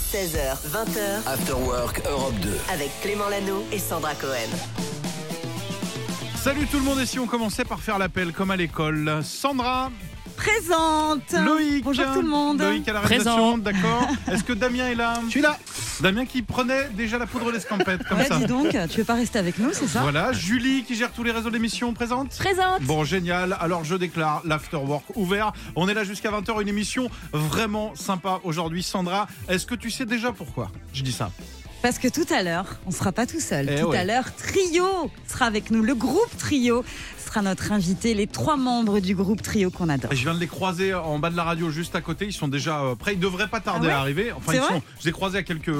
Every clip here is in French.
16h, 20h After Work Europe 2. avec Clément Lano et Sandra Cohen. Salut tout le monde et si on commençait par faire l'appel comme à l'école Sandra, présente. Loïc, Bonjour tout le monde. Loïc à la réalisation, d'accord. Est-ce que Damien est là Je suis là. Damien qui prenait déjà la poudre d'escampette comme Ouais, ça. Bah, dis donc, tu veux pas rester avec nous, c'est ça Voilà, Julie qui gère tous les réseaux d'émissions présente. Présente Bon, génial. Alors, je déclare l'afterwork ouvert. On est là jusqu'à 20h, une émission vraiment sympa aujourd'hui. Sandra, est-ce que tu sais déjà pourquoi je dis ça Parce que tout à l'heure, on sera pas tout seul. Eh tout ouais. à l'heure, Trio sera avec nous. Le groupe Trio sera notre invité, les trois membres du groupe Trio qu'on adore. Et Je viens de les croiser en bas de la radio juste à côté. Ils sont déjà euh, prêts. Ils devraient pas tarder Ah ouais à arriver. Enfin, C'est ils vrai sont. Je les ai croisés à quelques,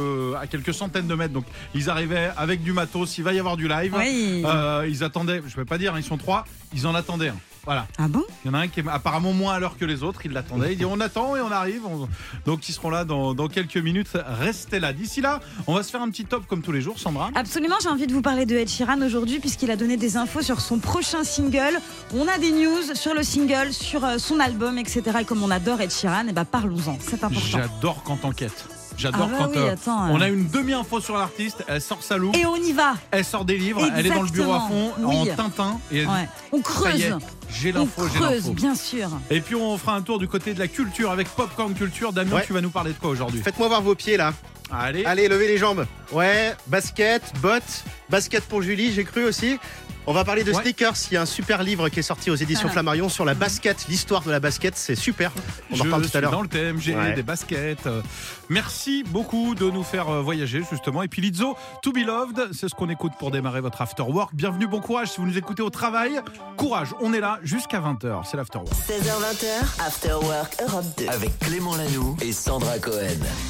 à quelques centaines de mètres. Donc, ils arrivaient avec du matos. Il va y avoir du live. Oui. Euh, ils attendaient. Je ne vais pas dire. hein, ils sont trois. Ils en attendaient. un. Voilà. Ah bon Il y en a un qui est apparemment moins à l'heure que les autres. Il l'attendait. Il dit on attend et on arrive. On- Donc, ils seront là dans, dans quelques minutes. Restez là. D'ici là, on va se faire un petit top comme tous les jours, Sandra. Absolument, j'ai envie de vous parler de Ed Sheeran aujourd'hui puisqu'il a donné des infos sur son prochain single. On a des news sur le single, sur euh, son album, etc. Et comme on adore Ed Sheeran, et bah parlons-en, c'est important. J'adore quand t'enquêtes. J'adore Ah bah quand oui, euh, attends, on hein. a une demi-info sur l'artiste. Elle sort sa loupe. Et on y va. Elle sort des livres, elle est dans le bureau à fond, Exactement, en oui. Tintin, et elle dit, Ouais. On ça y creuse. est, j'ai On l'info, j'ai creuse, l'info. bien sûr. Et puis on fera un tour du côté de la culture avec Popcorn Culture. Damien, Ouais. tu vas nous parler de quoi aujourd'hui Faites-moi voir vos pieds là. Allez, Allez, levez les jambes. Ouais, basket, bottes, basket pour Julie, j'ai cru aussi. On va parler de Ouais. sneakers. Il y a un super livre qui est sorti aux éditions Ah. Flammarion sur la basket, l'histoire de la basket. C'est super. On je en reparle tout suis à l'heure. dans le TMG, Ouais. des baskets. Euh, Merci beaucoup de nous faire euh, voyager justement. Et puis Lizzo, To Be Loved, c'est ce qu'on écoute pour démarrer votre After Work. Bienvenue, bon courage si vous nous écoutez au travail. Courage, on est là jusqu'à 20h, c'est l'After Work. 16h, 20h After Work Europe 2. Avec Clément Lanoux et Sandra Cohen.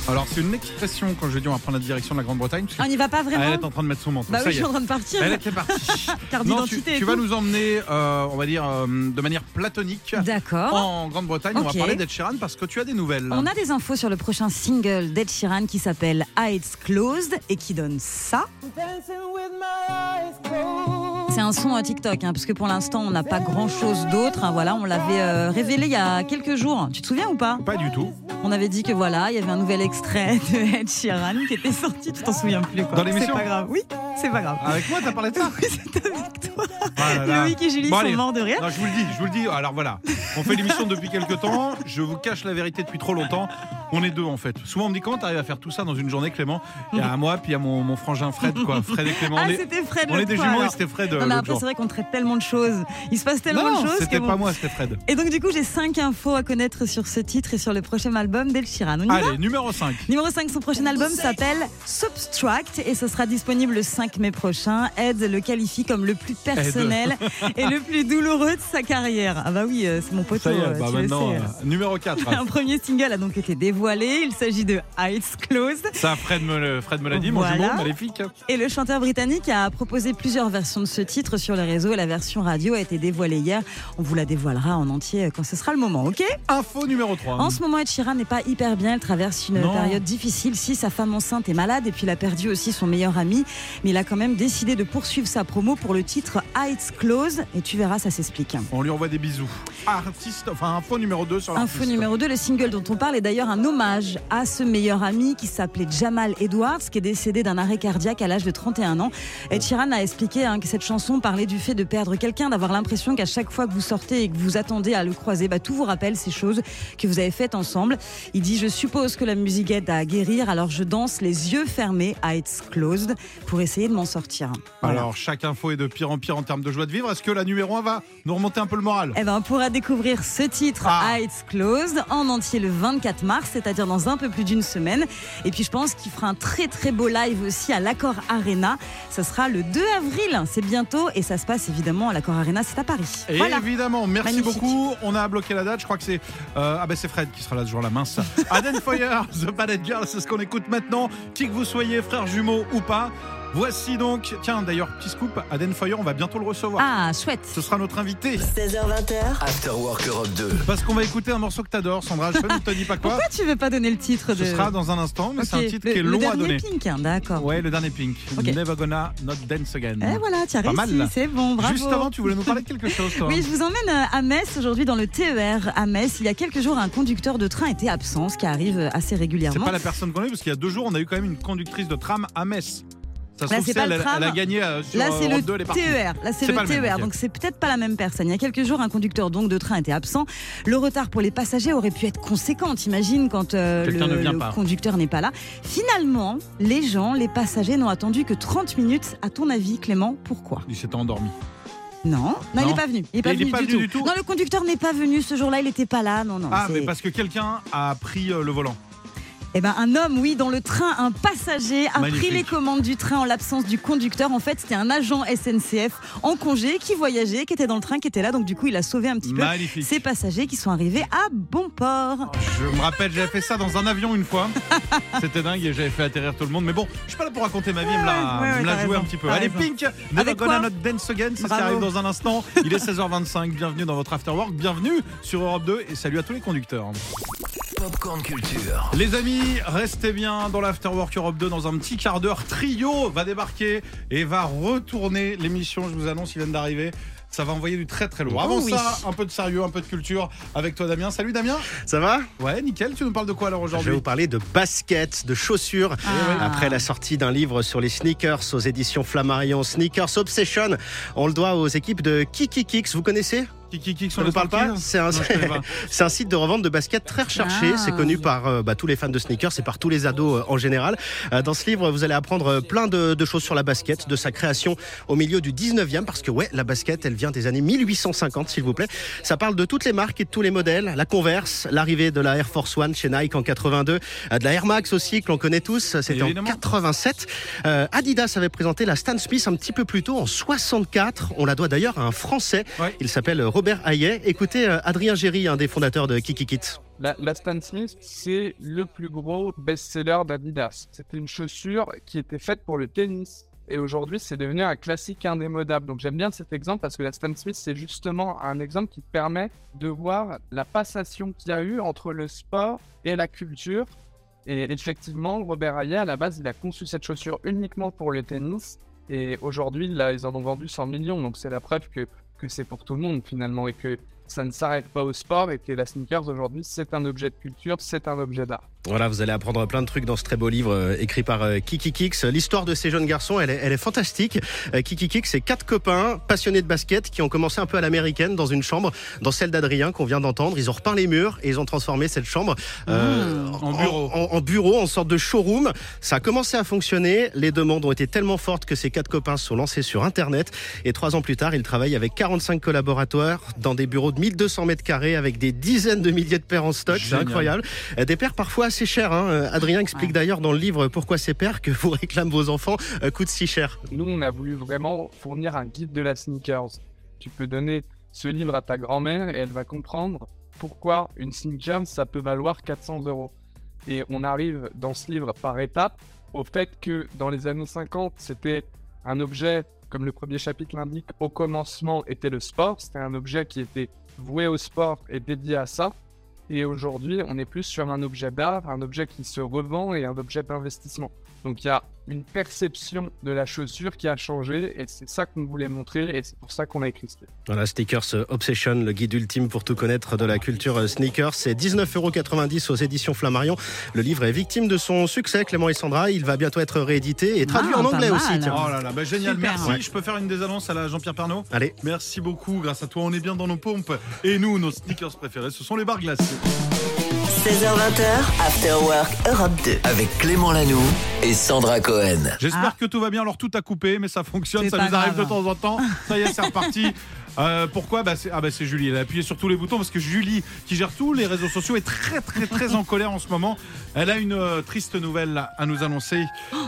Alors c'est une expression quand je dis on va prendre la direction de la Grande-Bretagne. parce que- On n'y va pas Ah, elle vraiment est en train de mettre son manteau. Bah ça oui, y je est. suis en train de partir. Allez, c'est parti. Carte Non, tu, d'identité et tu vas tout. nous emmener, euh, on va dire, euh, de manière platonique D'accord. en Grande-Bretagne. On Ok. va parler d'Ed Sheeran parce que tu as des nouvelles. On a des infos sur le prochain single d'Ed Sheeran qui s'appelle Eyes Closed et qui donne ça. C'est un son euh, TikTok, hein, parce que pour l'instant on n'a pas grand chose d'autre. hein, voilà, on l'avait euh, révélé il y a quelques jours. Tu te souviens ou pas Pas du tout. On avait dit que voilà, il y avait un nouvel extrait de Ed Sheeran qui était sorti. Tu t'en souviens plus quoi Dans l'émission C'est pas grave. Oui, c'est pas grave. Avec moi, t'as parlé de ça Oui, c'est avec toi. Ah là là. Loïc et Julie Bon, sont allez. morts de rire. Non, je vous le dis, je vous le dis. Alors voilà, on fait l'émission depuis quelques temps. Je vous cache la vérité depuis trop longtemps. On est deux en fait. Souvent on me dit comment t'arrives à faire tout ça dans une journée, Clément Il y a moi, puis il y a mon, mon frangin Fred, quoi. Fred et Clément. Ah, on est, c'était Fred. on est l'autre des fois, jumeaux alors. et c'était Fred. euh, Non, mais l'autre après, jour. c'est vrai qu'on traite tellement de choses. Il se passe tellement Non, de choses. c'était que pas bon. moi, c'était Fred. Et donc, du coup, j'ai 5 infos à connaître sur ce titre et sur le prochain album d'El Sheeran. On y va Allez, numéro 5. Numéro 5, son prochain album s'appelle Substract et ce sera disponible le 5 mai prochain. Ed le qualifie comme le plus personnel et le plus douloureux de sa carrière. Ah bah oui, euh, c'est mon poteau, Ça y est, euh, bah tu le maintenant, sais. euh, numéro 4. Un premier single a donc été dévoilé, il s'agit de Heights Closed Ça, Fred me, le- Fred me l'a dit, mon Voilà. jumeau, maléfique. et le chanteur britannique a proposé plusieurs versions de ce titre sur les réseaux et la version radio a été dévoilée hier. On vous la dévoilera en entier quand ce sera le moment, ok Info numéro 3. En ce moment, Ed Sheeran n'est pas hyper bien. Elle traverse une Non. période difficile. Si sa femme enceinte est malade et puis il a perdu aussi son meilleur ami, mais il a quand même décidé de poursuivre sa promo pour le titre Heights Close. Et tu verras, ça s'explique. On lui envoie des bisous. Artiste, enfin info numéro 2 sur l'artiste. Info numéro 2, le single dont on parle est d'ailleurs un hommage à ce meilleur ami qui s'appelait Jamal Edwards, qui est décédé d'un arrêt cardiaque à l'âge de 31 ans. Ed Sheeran a expliqué hein, que cette chanson parlait du fait de perdre quelqu'un, d'avoir l'impression qu'à chaque fois que vous sortez et que vous attendez à le croiser, bah, tout vous rappelle ces choses que vous avez faites ensemble. Il dit Je suppose que la musique aide à guérir, alors je danse les yeux fermés, eyes closed, pour essayer de m'en sortir. Voilà. Alors, chaque info est de pire en pire en termes de joie de vivre. Est-ce que la numéro 1 va nous remonter un peu le moral Eh ben, on pourra découvrir ce titre Ah. Heights Closed en entier le 24 mars, c'est-à-dire dans un peu plus d'une semaine. Et puis je pense qu'il fera un très très beau live aussi à l'Accord Arena. Ça sera le 2 avril, c'est bientôt et ça se passe évidemment à l'Accord Arena, c'est à Paris. Et Eh, Voilà. Eh, Évidemment, merci Magnifique. beaucoup. On a bloqué la date. Je crois que c'est euh, ah ben c'est Fred qui sera là ce jour-là, mince. Aden Foyer, The Ballet Girl, c'est ce qu'on écoute maintenant. Qui que vous soyez, frère jumeau ou pas, Voici donc, tiens d'ailleurs, petit scoop, Aden Foyer, on va bientôt le recevoir. Ah, chouette. Ce sera notre invité. 16h20h, After Work Europe 2. Parce qu'on va écouter un morceau que t'adores, Sandra. Je ne te dis pas quoi. Pourquoi tu veux pas donner le titre de. Ce sera dans un instant, mais c'est un Ok, titre le- qui est le long à dernier donner. Pink, hein, d'accord. Ouais, le dernier Pink. Ok. Never gonna not dance again. Eh voilà, tu as Pas mal. réussi, c'est bon, bravo. Juste avant, tu hein. voulais nous parler de quelque chose, toi. hein. Oui, je vous emmène euh, à Metz aujourd'hui dans le TER à Metz. Il y a quelques jours, un conducteur de train était absent, ce qui arrive euh, assez C'est régulièrement. pas la personne qu'on est, parce qu'il y a deux jours, on a eu quand même une conductrice de tram à Metz. Ça se Là, trouve, c'est c'est pas elle, le elle- tram. elle a gagné euh, sur Là, c'est euh, le E Europe 2, elle est partie. TER. Là, c'est C'est le pas le même, TER. ok. Donc, c'est peut-être pas la même personne. Il y a quelques jours, un conducteur donc de train était absent. Le retard pour les passagers aurait pu être conséquent. T'imagines quand euh, Quelqu'un ne le, vient le pas. conducteur n'est pas là. Finalement, les gens, les passagers n'ont attendu que 30 minutes. À ton avis, Clément, pourquoi Il s'était endormi. non. non, il Non. n'est pas venu. Il n'est pas, Il est venu, pas du, venu tout. du tout. Non, le conducteur n'est pas venu ce jour-là. Il n'était pas là. Non, non. Ah, c'est- mais parce que quelqu'un a pris euh, le volant. Eh ben, un homme, oui, dans le train, un passager a Magnifique. pris les commandes du train en l'absence du conducteur. En fait, c'était un agent SNCF en congé qui voyageait, qui était dans le train, qui était là. Donc, du coup, il a sauvé un petit peu Magnifique. Oh, ces passagers qui sont arrivés à bon port. Je me rappelle, j'avais fait ça dans un avion une fois. C'était dingue et j'avais fait atterrir tout le monde. Mais bon, je suis pas là pour raconter ma vie, me la, ouais, ouais, me la t'as jouer raison, un petit peu. t'as Allez, raison. Pink, Never Avec Gonna quoi Not Dance Again, c'est ce qui Bravo. arrive dans un instant. Il est 16h25, bienvenue dans votre After Work, bienvenue sur Europe 2 et salut à tous les conducteurs. Popcorn Culture. Les amis, restez bien dans l'Afterwork Europe 2 dans un petit quart d'heure. Trio va débarquer et va retourner l'émission. Je vous annonce, ils viennent d'arriver. Ça va envoyer du très très lourd. Avant Oh oui. ça, un peu de sérieux, un peu de culture avec toi Damien. Salut Damien. Ça va Ouais, nickel. Tu nous parles de quoi alors Je vais aujourd'hui vous parler de baskets, de chaussures. Eh Ah. Après la sortie d'un livre sur les sneakers aux éditions Flammarion, Sneakers Obsession, on le doit aux équipes de Kiki Kicks. Vous connaissez Qui qui qui Ça ne parle pas C'est un, Non, je connais pas. c'est un site de revente de baskets très recherché. Ah. C'est connu par euh, bah, tous les fans de sneakers et par tous les ados euh, en général. Euh, dans ce livre, vous allez apprendre euh, plein de, de choses sur la basket, de sa création au milieu du 19e, parce que ouais, la basket, elle vient des années 1850, s'il vous plaît. Ça parle de toutes les marques et de tous les modèles. La Converse, l'arrivée de la Air Force One chez Nike en 82, euh, de la Air Max aussi, que l'on connaît tous. C'était en Évidemment. 87. Euh, Adidas avait présenté la Stan Smith un petit peu plus tôt, en 64. On la doit d'ailleurs à un Français. Ouais. Il s'appelle Robert Hayet. Écoutez euh, Adrien Géry, un des fondateurs de Kikikit. La, la Stan Smith, c'est le plus gros best-seller d'Adidas. C'était une chaussure qui était faite pour le tennis. Et aujourd'hui, c'est devenu un classique indémodable. Donc j'aime bien cet exemple parce que la Stan Smith, c'est justement un exemple qui permet de voir la passation qu'il y a eu entre le sport et la culture. Et effectivement, Robert Hayet, à la base, il a conçu cette chaussure uniquement pour le tennis. Et aujourd'hui, là, ils en ont vendu 100 millions. Donc c'est la preuve que, que c'est pour tout le monde finalement et que ça ne s'arrête pas au sport et que la sneakers aujourd'hui, c'est un objet de culture, c'est un objet d'art. Voilà, vous allez apprendre plein de trucs dans ce très beau livre euh, écrit par euh, Kiki Kicks. L'histoire de ces jeunes garçons, elle est, elle est fantastique. Euh, Kiki Kicks, c'est quatre copains passionnés de basket qui ont commencé un peu à l'américaine dans une chambre, dans celle d'Adrien qu'on vient d'entendre. Ils ont repeint les murs et ils ont transformé cette chambre euh, Mmh, en bureau. En, en bureau, en sorte de showroom. Ça a commencé à fonctionner. Les demandes ont été tellement fortes que ces quatre copains se sont lancés sur Internet. Et trois ans plus tard, ils travaillent avec 45 collaborateurs dans des bureaux de 1200 mètres carrés avec des dizaines de milliers de paires en stock. C'est Génial. incroyable. Euh, Des paires parfois assez chères. hein. Euh, Adrien explique Ouais. d'ailleurs dans le livre pourquoi ces paires que vous réclament vos enfants euh, coûtent si cher. Nous, on a voulu vraiment fournir un guide de la sneakers. Tu peux donner ce livre à ta grand-mère et elle va comprendre pourquoi une sneaker, ça peut valoir 400 euros. Et on arrive dans ce livre par étapes au fait que dans les années 50, c'était un objet, comme le premier chapitre l'indique, au commencement était le sport. C'était un objet qui était voué au sport et dédié à ça. Et aujourd'hui, on est plus sur un objet d'art, un objet qui se revend et un objet d'investissement. Donc il y a une perception de la chaussure qui a changé et c'est ça qu'on voulait montrer et c'est pour ça qu'on a écrit ce livre. Voilà, Sneakers euh, Obsession, le guide ultime pour tout connaître de la culture euh, sneakers. C'est 19,90€ aux éditions Flammarion. Le livre est victime de son succès, Clément et Sandra. Il va bientôt être réédité et traduit Ah, en pas anglais mal. aussi. tiens. Oh là là, bah génial, Super. merci. Ouais. Je peux faire une des annonces à la Jean-Pierre Pernaud Allez, Merci beaucoup, grâce à toi, on est bien dans nos pompes. Et nous, nos sneakers préférés, ce sont les barres glacées. 16h20h, After Work Europe 2. Avec Clément Lanoux et Sandra Cohen. J'espère Ah. que tout va bien. Alors tout a coupé, mais ça fonctionne, C'est ça pas nous arrive grave. de temps en temps. Ça y est, c'est reparti. Euh, pourquoi bah c'est, Ah bah c'est Julie, elle a appuyé sur tous les boutons parce que Julie, qui gère tous les réseaux sociaux, est très très très en colère en ce moment. Elle a une euh, triste nouvelle à nous annoncer.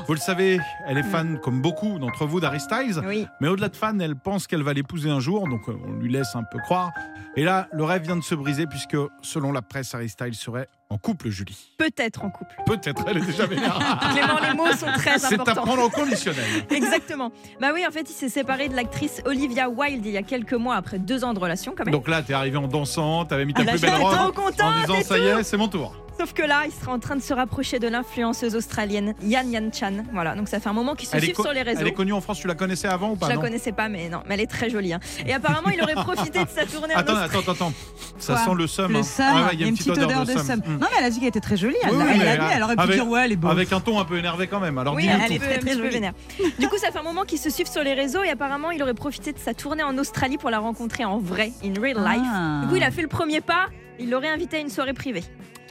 Vous le savez, elle est fan, comme beaucoup d'entre vous, d'Harry Styles. Mm. Oui. Mais au-delà de fan, elle pense qu'elle va l'épouser un jour, donc euh, on lui laisse un peu croire. Et là, le rêve vient de se briser puisque, selon la presse, Harry Styles serait En couple, Julie. Peut-être en couple. Peut-être, elle est déjà meilleure. Clément, les mots sont très C'est à importants. prendre au conditionnel. Exactement. Bah oui, en fait, il s'est séparé de l'actrice Olivia Wilde il y a quelques mois après deux ans de relation quand même. Donc là, t'es arrivé en dansant, t'avais mis ta Là, plus belle j'étais trop robe. contente En disant, et ça y est, c'est mon tour. Sauf que là, il sera en train de se rapprocher de l'influenceuse australienne Yan Yan Chan. Voilà, donc ça fait un moment qu'ils se Elle est, suivent co- sur les réseaux. elle est connue en France, tu la connaissais avant ou pas Je la non connaissais pas, mais non, mais elle est très jolie. hein. Et apparemment, il aurait profité de sa tournée en Attends, Australie. attends, attends. Ça Quoi sent le seum. Le hein. seum, Ouais, ouais, il y a une petite, odeur, de seum. Mm. Non, mais elle a dit qu'elle était très jolie. Elle Oui, l'a- oui, elle mais l'a dit, elle aurait pu avec- dire ouais, elle est beau. Avec un ton un peu énervé quand même. Alors Oui, dis-nous elle tout. est Très, un très petit peu jolie. vénère. Du coup, ça fait un moment qu'ils se suivent sur les réseaux et apparemment, il aurait profité de sa tournée en Australie pour la rencontrer en vrai, in real life. Ah. Du coup, il a fait le premier pas. Il l'aurait invitée à une soirée privée.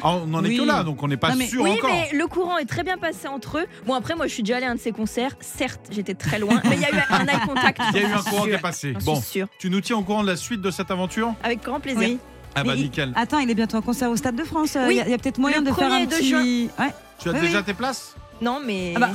Ah, on en est Oui. que là, donc on n'est pas Non, mais- sûr oui, encore. mais le courant est très bien passé entre eux. Bon, après, moi, je suis déjà allée à un de ses concerts. Certes, j'étais très loin, mais il y a eu un eye contact. Il y a eu j'en un suis courant qui sûre. est passé. J'en suis Bon, sûre. tu nous tiens au courant de la suite de cette aventure Avec grand plaisir. Oui. Ah bah Mais il- nickel. Attends, il est bientôt en concert au Stade de France. euh, Oui, Il y a- il y a, peut-être moyen le de faire 1er un et 2 petit. juin. Ouais. Tu as Oui, déjà oui. tes places Non, mais. Ah bah,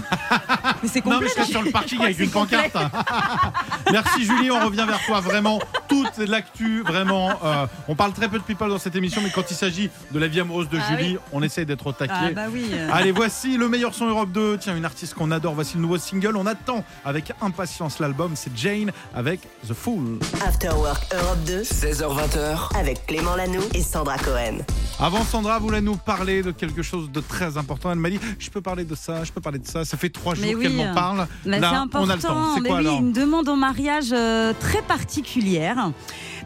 Mais c'est Non, mais complet. je serai sur le parking crois avec que une c'est complet. pancarte. Merci Julie, on revient vers toi. Vraiment, toute l'actu, vraiment. euh, on parle très peu de people dans cette émission, mais quand il s'agit de la vie amoureuse de Ah Julie, on essaie d'être au taquet. Ah bah oui. euh. Allez, voici le meilleur son Europe 2. Tiens, une artiste qu'on adore. Voici le nouveau single. On attend avec impatience l'album. C'est Jane avec The Fool. After Work Europe 2 16h20h, avec Clément Lanoux et Sandra Cohen. Avant, Sandra voulait nous parler de quelque chose de très important. Elle m'a dit Je peux parler de ça, je peux parler de ça. Ça fait trois jours Mais oui, qu'elle m'en euh, parle. Bah, c'est Là, important. on a le temps. C'est mais quoi oui, alors une demande en mariage euh, très particulière.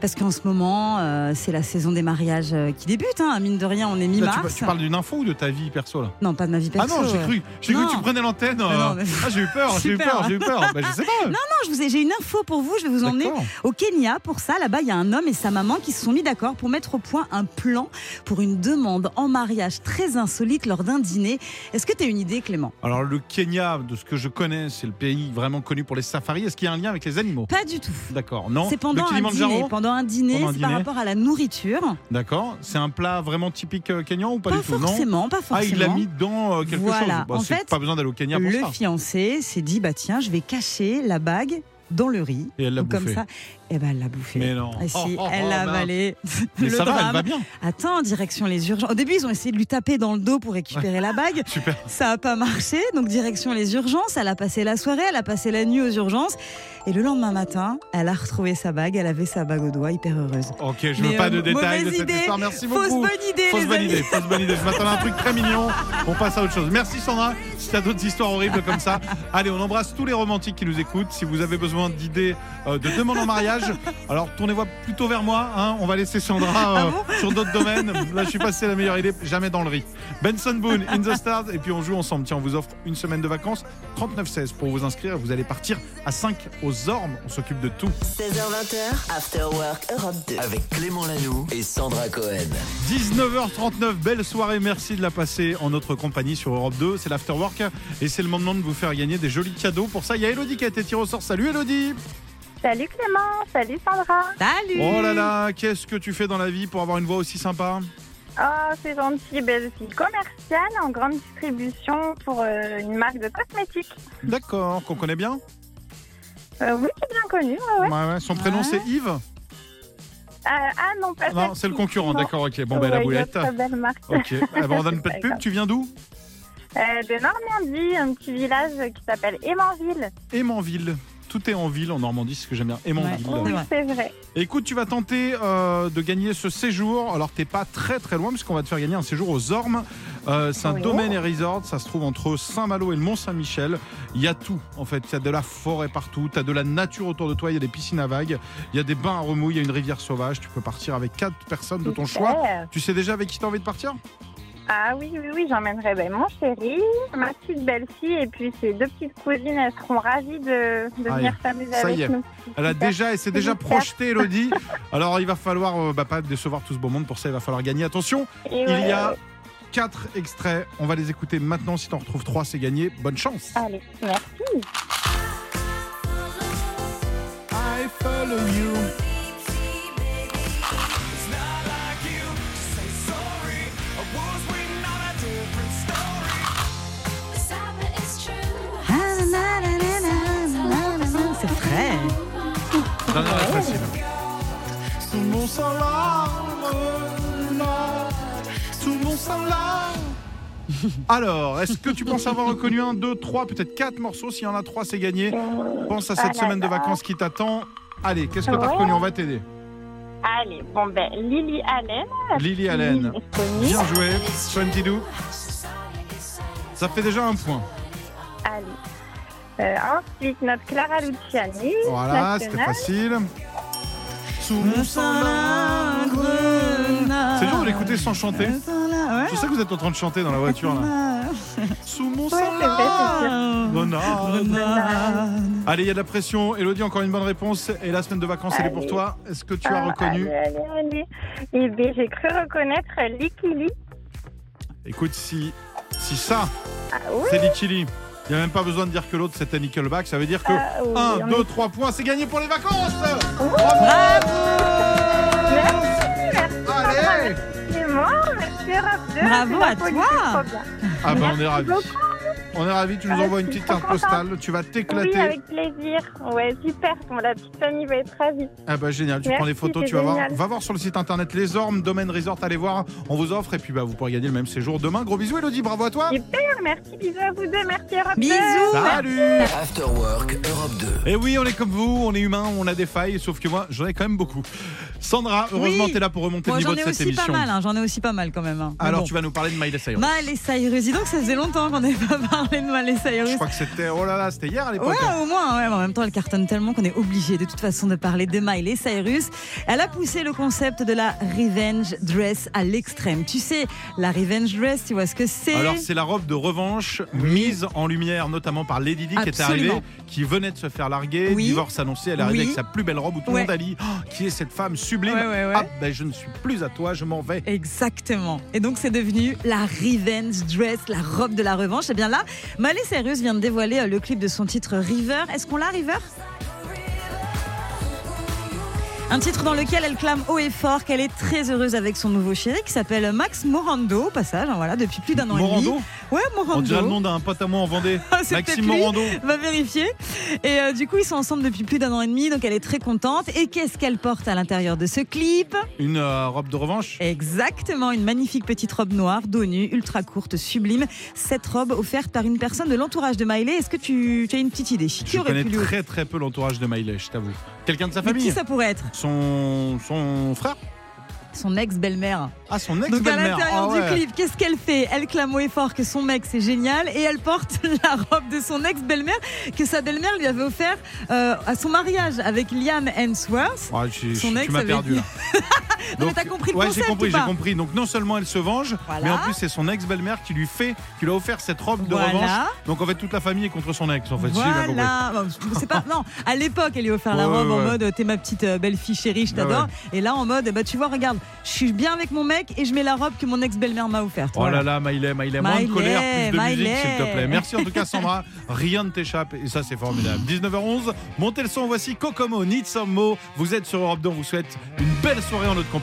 Parce qu'en ce moment, euh, c'est la saison des mariages euh, qui débute. Hein. Mine de rien, on est Là, tu, mi-mars. tu parles d'une info ou de ta vie perso là Non, pas de ma vie perso. Ah non, j'ai euh. cru. J'ai cru Non. que tu prenais l'antenne. non, euh, mais- Ah, j'ai eu peur, j'ai eu Super. peur, j'ai eu peur. Bah, je sais pas. Non, je vous ai- j'ai une info pour vous. Je vais vous emmener D'accord. Au Kenya, pour ça, là-bas, il y a un homme et sa maman qui se sont mis d'accord pour mettre au point un plan pour une demande en mariage très insolite lors d'un dîner. Est-ce que tu as une idée, Clément Alors, le Kenya, de ce que je connais, c'est le pays vraiment connu pour les safaris. Est-ce qu'il y a un lien avec les animaux Pas du tout. D'accord, non. C'est pendant, le un Kilimandjaro dîner. Pendant un dîner, Pendant un c'est par dîner. rapport à la nourriture. D'accord. C'est un plat vraiment typique euh, kenyan ou pas, du tout Non. forcément, pas Ah, il forcément. l'a mis dans euh, quelque Voilà. chose. Bah, En c'est fait, pas besoin d'aller au Kenya pour le ça. fiancé s'est dit bah tiens, je vais cacher la bague dans le riz. Et elle l'a Donc, comme bouffé. ça, eh ben elle l'a bouffé. Mais non. Ah si, Oh, oh, elle oh, l'a mince. avalé. Mais le ça va, drame. elle va bien. Attends, direction les urgences. Au début, ils ont essayé de lui taper dans le dos pour récupérer la bague. Super. Ça n'a pas marché, donc direction les urgences. Elle a passé la soirée, elle a passé la nuit aux urgences. Et le lendemain matin, elle a retrouvé sa bague. Elle avait sa bague au doigt, hyper heureuse. Ok, je Mais, veux pas euh, de détails de mauvaise cette idée. histoire. Merci Fausse beaucoup. bonne idée, Fausse les bonne amis. idée, fausse bonne idée. Je m'attendais à un truc très mignon. On passe à autre chose. Merci Sandra. Si t'as d'autres histoires horribles comme ça, allez, on embrasse tous les romantiques qui nous écoutent. Si vous avez besoin d'idées euh, de demandes en mariage, alors tournez-vous plutôt vers moi. hein. On va laisser Sandra Ah euh, sur d'autres domaines. Là, je suis passé la meilleure idée. Jamais dans le riz. Benson Boone, In the Stars. Et puis on joue ensemble. Tiens, on vous offre une semaine de vacances. 39-16 pour vous inscrire. Vous allez partir à 5 aux Ormes. On s'occupe de tout. 16h20h, After Work Europe 2. avec Clément Lanoux et Sandra Cohen. 19h39, belle soirée, merci de la passer en notre compagnie sur Europe 2, c'est l'afterwork et c'est le moment de vous faire gagner des jolis cadeaux. Pour ça, il y a Elodie qui a été tirée au sort. Salut Elodie Salut Clément, salut Sandra. Salut Oh là là, qu'est-ce que tu fais dans la vie pour avoir une voix aussi sympa Oh, c'est gentil. Ben, je suis commerciale en grande distribution pour euh, une marque de cosmétiques. D'accord, qu'on connaît bien Euh, oui, c'est bien connu. ouais, ouais. ouais. Son prénom Ouais. c'est Yves Euh, ah non, pas Non, c'est le concurrent, d'accord, ok. Bon, ben la boulette. Très belle marque. Ok, Ah, bon, on donne pas de pub, tu viens d'où Euh, de Normandie, un petit village qui s'appelle Aimanville. Aimanville. Tout est en ville en Normandie, c'est ce que j'aime bien. Aimanville. Ouais. Oui, vrai. c'est vrai. Écoute, tu vas tenter euh, de gagner ce séjour. Alors, t'es pas très très loin, puisqu'on va te faire gagner un séjour aux Ormes. Euh, c'est un Oui. domaine et resort. Ça se trouve entre Saint-Malo et le Mont-Saint-Michel. Il y a tout, en fait. Il y a de la forêt partout. Tu as de la nature autour de toi. Il y a des piscines à vagues. Il y a des bains à remous. Il y a une rivière sauvage. Tu peux partir avec quatre personnes de ton choix. Super. Tu sais déjà avec qui t'as envie de partir Ah oui, oui, oui, j'emmènerai ben, mon chéri, ma petite belle-fille et puis ses deux petites cousines. Elles seront ravies de, de Ah, venir s'amuser ça avec y est. nous. Elle a Super. déjà, elle s'est déjà J'espère. projetée, Elodie. Alors, il va falloir euh, bah, pas décevoir tout ce beau monde. Pour ça, il va falloir gagner. Attention, Et Il y ouais, a quatre extraits. On va les écouter maintenant. Si t'en retrouves trois, c'est gagné. Bonne chance. Allez, merci. I follow you. C'est vrai. Dernière est facile. Tout le monde s'en va. Tout le monde Alors, est-ce que tu penses avoir reconnu un, deux, trois, peut-être quatre morceaux S'il y en a trois, c'est gagné. Pense à cette Voilà. semaine de vacances qui t'attend. Allez, qu'est-ce que t'as Ah, Ouais. reconnu On va t'aider. Allez, bon ben, Lily Allen. Lily Allen. Lily Estonie. Bien joué. Swanty Doo. Ça fait déjà un point. Allez. Euh, ensuite, notre Clara Luciani. Voilà, c'était nationale. facile. C'est C'est dur de l'écouter sans chanter. Ouais. Je sais que vous êtes en train de chanter dans la voiture là. Sous mon Ouais, c'est vrai, c'est sûr. Ah. Renard. Allez, il y a de la pression. Elodie, encore une bonne réponse. Et la semaine de vacances, elle est pour Allez. toi. Est-ce que tu as Ah, reconnu Allez, allez, allez. Eh bien, j'ai cru reconnaître Licky Lee. Écoute, si, si ça, Ah oui, c'est Lichili, il n'y a même pas besoin de dire que l'autre, c'était Nickelback. Ça veut dire que ah oui. 1, on Oh, 2, 3 points, c'est gagné pour les vacances est- Merci, Allez c'est moi. Merci, Europe 2. Bravo C'est la à police, toi. c'est trop bien. Ah ben, on est ravis. beaucoup. On est ravis, tu nous Ah, envoies je une suis petite trop carte postale. Tu vas Oui, t'éclater. avec plaisir. Ouais, super. Bon, la petite famille va être ravie. Ah bah génial, tu Merci, prends les photos, c'est tu vas voir. génial. Va voir sur le site internet Les Ormes, Domaine Resort, allez voir. On vous offre et puis bah, vous pourrez gagner le même séjour demain. Gros bisous Elodie, bravo à toi Super, merci. Bisous à vous deux. Merci, Europe 2. Bisous. Salut After Work Europe 2. Et oui, on est comme vous, on est humain, on a des failles, sauf que moi, j'en ai quand même beaucoup. Sandra, heureusement, Oui. t'es là pour remonter Bon, le niveau j'en de ai cette aussi émission. pas mal, hein, j'en ai aussi pas mal quand même. hein. Mais Alors, bon. tu vas nous parler de Miley Cyrus. Miley Cyrus, dis donc ça faisait longtemps qu'on n'avait pas parlé de Miley Cyrus. Je crois que c'était, oh là là, c'était hier à l'époque. Ouais, au moins, ouais, mais en même temps, elle cartonne tellement qu'on est obligé de toute façon de parler de Miley Cyrus. Elle a poussé le concept de la revenge dress à l'extrême. Tu sais, la revenge dress, tu vois ce que c'est Alors, c'est la robe de revanche mise en lumière notamment par Lady Di qui est Absolument. arrivée, qui venait de se faire larguer, Oui. divorce annoncé. Elle est arrivée Oui. avec sa plus belle robe où tout le Ouais. monde a dit Oh, Qui est cette femme sublime Ouais, ouais, ouais. Ah, ben je ne suis plus à toi, je m'en vais. Exactement. Et donc c'est devenu la revenge dress, la robe de la revanche. Et bien là, Miley Cyrus vient de dévoiler euh, le clip de son titre River. Est-ce qu'on l'a River un titre dans lequel elle clame haut et fort qu'elle est très heureuse avec son nouveau chéri qui s'appelle Max Morando, au passage, hein, voilà, depuis plus d'un an et Morando demi. Ouais, Morando. Ah, On dirait le nom d'un pote à moi en Vendée. C'est peut-être Maxime lui. Morando. Va vérifier. Et euh, du coup, ils sont ensemble depuis plus d'un an et demi, donc elle est très contente. Et qu'est-ce qu'elle porte à l'intérieur de ce clip Une euh, robe de revanche Exactement, une magnifique petite robe noire, dos nu, ultra courte, sublime. Cette robe offerte par une personne de l'entourage de Miley. Est-ce que tu, tu as une petite idée Qui Je aurait connais pu lui- très très peu l'entourage de Miley, je t'avoue. Quelqu'un de sa Mais famille qui ça pourrait être Son, son frère Son ex-belle-mère. Ah, son Donc à ex-belle-mère. l'intérieur Ah du ouais. clip, qu'est-ce qu'elle fait Elle clame haut et fort que son mec c'est génial et elle porte la robe de son ex-belle-mère que sa belle-mère lui avait offert euh, à son mariage avec Liam Hemsworth. Ah, je- je- Son ex tu m'as avait perdu. dit- là. Non, mais t'as compris le ouais, concept j'ai compris, ou j'ai pas compris. Donc non seulement elle se venge, Voilà. mais en plus c'est son ex-belle-mère qui lui fait, qui lui a offert cette robe de Voilà. revanche. Donc en fait toute la famille est contre son ex. En fait, Si, j'ai bien compris. Voilà. Bon, c'est pas non. À l'époque, elle lui a offert la Ouais, ouais, robe en ouais. mode t'es ma petite euh, belle fille chérie, je Ouais, t'adore. Et là en mode bah tu vois regarde, je suis bien avec mon mec et je mets la robe que mon ex belle-mère m'a offerte. Oh Voilà. là là, Maïlé, Maïlé, moins de Maïlé, colère, plus de musique, Maïlé. s'il te plaît. Merci en tout cas, Sandra. Rien ne t'échappe et ça, c'est formidable. 19h11, montez le son. Voici Kokomo, Need Some Mo. Vous êtes sur Europe 2. On vous souhaite une belle soirée en notre compagnie.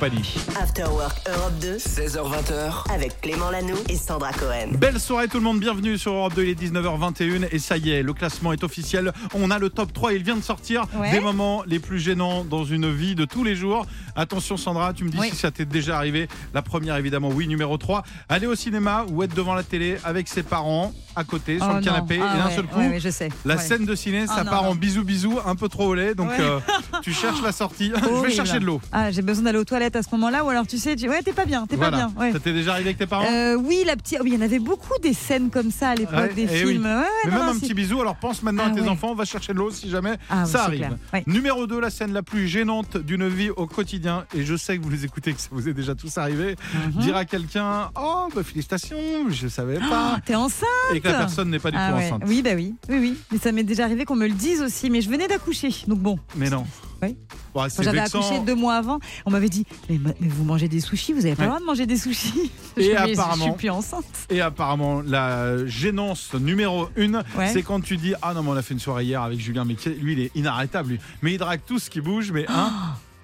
After Work Europe 2 16h20h, avec Clément Lanoux et Sandra Cohen. Belle soirée tout le monde, bienvenue sur Europe 2, il est 19h21 et ça y est, le classement est officiel. On a le top 3, il vient de sortir Ouais. des moments les plus gênants dans une vie de tous les jours. Attention Sandra, tu me dis Oui. si ça t'est déjà arrivé. La première évidemment, oui, numéro 3, aller au cinéma ou être devant la télé avec ses parents à côté sur Oh le non. canapé Ah et d'un ouais, seul coup, ouais, ouais, je sais. la Ouais. scène de ciné, Ah ça non, part non. en bisous bisous, un peu trop au lait, donc Ouais. euh, tu cherches la sortie. Je vais Horrible. chercher de l'eau. Ah, j'ai besoin d'aller aux toilettes à ce moment-là ou alors tu sais, tu... ouais, t'es pas bien, t'es Voilà. pas bien. ouais. Ça t'est déjà arrivé avec tes parents Euh, oui, la petite. oui, il y en avait beaucoup des scènes comme ça à l'époque Ouais, des eh films. oui. Ouais, ouais, Mais Euh, non, même non, un c'est- petit bisou. Alors pense maintenant Ah à tes ouais. enfants, va chercher de l'eau si jamais Ah ça oui, c'est arrive. clair, ouais. Numéro 2, la scène la plus gênante d'une vie au quotidien. Et je sais que vous les écoutez, que ça vous est déjà tous arrivé. Mhm. Dire à quelqu'un Oh, bah, félicitations, je savais pas. Ah, T'es enceinte Et que la personne n'est pas du Ah tout ouais. enceinte. Oui, bah oui, oui, oui. Mais ça m'est déjà arrivé qu'on me le dise aussi. Mais je venais d'accoucher, donc bon. Mais non. Oui. Ouais, Quand c'est j'avais vexant. accouché deux mois avant, on m'avait dit mais, ma- mais vous mangez des sushis, vous n'avez pas Ouais. le droit de manger des sushis. Et Je dis, mais apparemment- je suis plus enceinte. Et apparemment, la gênance numéro 1, Ouais. c'est quand tu dis Ah non, mais on a fait une soirée hier avec Julien, mais qui- lui, il est inarrêtable. Lui. Mais il drague tout ce qui bouge, mais hein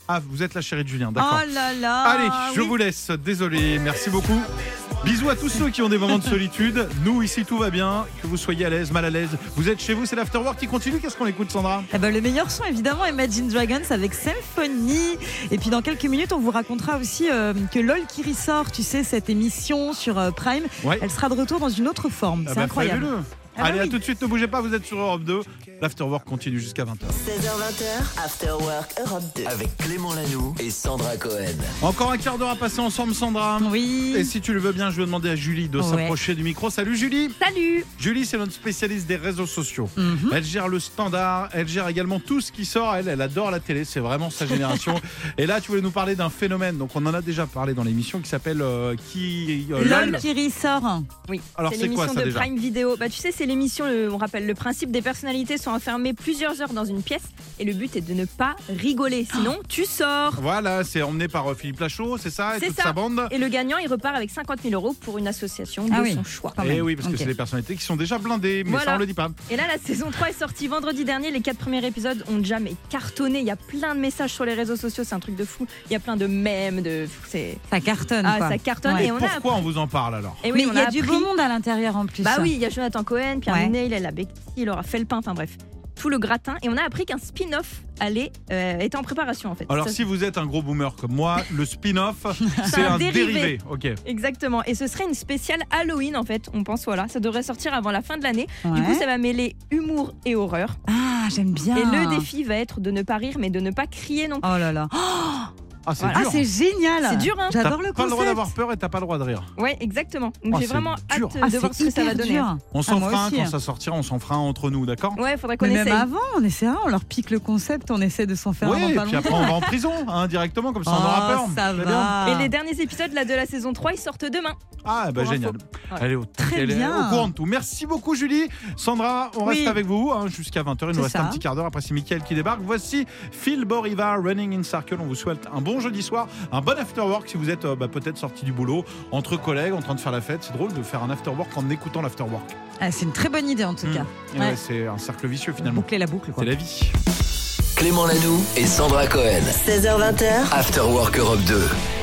Ah, vous êtes la chérie de Julien, Oh d'accord. là là. Allez, je Ah oui. vous laisse. Désolé, merci beaucoup. Bisous à tous ceux qui ont des moments de solitude. Nous, ici, tout va bien. Que vous soyez à l'aise, mal à l'aise. Vous êtes chez vous, c'est l'afterwork qui continue. Qu'est-ce qu'on écoute, Sandra Eh ben, le meilleur son, évidemment, Imagine Dragons avec Symphony. Et puis, dans quelques minutes, on vous racontera aussi euh, que LOL qui ressort, tu sais, cette émission sur euh, Prime, Ouais. elle sera de retour dans une autre forme. Ah C'est bah, incroyable. fabuleux. Ah bah Allez, à oui. tout de suite, ne bougez pas, vous êtes sur Europe 2. L'afterwork continue jusqu'à 20h. 16h20, After Work Europe 2. Avec Clément Lanoux et Sandra Cohen. Encore un quart d'heure à passer ensemble, Sandra. Oui. Et si tu le veux bien, je vais demander à Julie de Ouais. s'approcher du micro. Salut Julie Salut Julie, c'est notre spécialiste des réseaux sociaux. Mhm. Elle gère le standard, elle gère également tout ce qui sort. Elle, elle adore la télé, c'est vraiment sa génération. Et là, tu voulais nous parler d'un phénomène, donc on en a déjà parlé dans l'émission, qui s'appelle euh, qui euh, LOL qui ressort. Oui, Alors, c'est c'est l'émission quoi, ça, de déjà Prime Video. Bah, tu sais, c'est l'émission, le- on rappelle, le principe des personnalités sont enfermées plusieurs heures dans une pièce et le but est de ne pas rigoler, Ah. sinon tu sors. Voilà, c'est emmené par euh, Philippe Lachaud, c'est ça Et C'est toute ça. sa bande Et le gagnant, il repart avec 50 000 euros pour une association Ah de oui. son choix. Quand Eh même. oui, parce que Ok. c'est des personnalités qui sont déjà blindées, mais ça Voilà. on le dit pas. Et là, la saison 3 est sortie vendredi dernier. Les quatre premiers épisodes ont déjà mais cartonné. Il y a plein de messages sur les réseaux sociaux, c'est un truc de fou. Il y a plein de mèmes, de. C'est... Ça cartonne. Ah, quoi. ça cartonne. Ouais. Et on a. Pourquoi on vous en parle alors Et Mais oui, il on y a du appris- beau monde à l'intérieur en plus. Bah oui, il y a Jonathan Cohen, Pierre Ouais. Niney, Lala Becti, Laura Felpin, enfin bref, tout le gratin. Et on a appris qu'un spin-off allait euh, était en préparation en fait. Alors Ça- si vous êtes un gros boomer comme moi, le spin-off, c'est un un dérivé. dérivé. Ok. Exactement. Et ce serait une spéciale Halloween en fait. On pense voilà, ça devrait sortir avant la fin de l'année. Du Ouais. coup, ça va mêler humour et horreur. Ah, j'aime bien. Et le défi va être de ne pas rire, mais de ne pas crier non plus. Oh là là. Ah c'est Ah, dur. c'est génial. C'est dur, hein T'as J'adore le pas le droit concept. d'avoir peur et t'as pas le droit de rire. Ouais, exactement. Donc Oh, j'ai c'est vraiment hâte dur. euh, Ah, de voir c'est ce que ça va hyper donner. dur. On s'en moi fera un aussi, quand hein. ça sortira, on s'en fera un entre nous, d'accord Ouais, faudrait qu'on Mais même essaye. avant, on essaiera, on leur pique le concept, on essaie de s'en faire Oui, avant et pas puis longtemps. après on va en prison hein, directement, comme ça on Oh, aura peur. ça Très bien. va. Et les derniers épisodes là, de la saison 3, ils sortent demain. Ah bah Pour info. génial. Ouais. Elle est au Très elle est bien. au courant de tout. Merci beaucoup Julie. Sandra, on reste Oui. avec vous hein, jusqu'à 20h. Il nous C'est reste ça. un petit quart d'heure après c'est Mickaël qui débarque. Voici Phil Boriva, Running in Circle. On vous souhaite un bon jeudi soir, un bon after work si vous êtes euh, bah, peut-être sorti du boulot, entre collègues, en train de faire la fête. C'est drôle de faire un after work en écoutant l'after work. Ah, c'est une très bonne idée en tout Mm. cas. Et Ouais. ouais, c'est un cercle vicieux finalement. Boucler la boucle quoi. C'est la vie. Clément Lanoux et Sandra Cohen. 16h20, After Work Europe 2.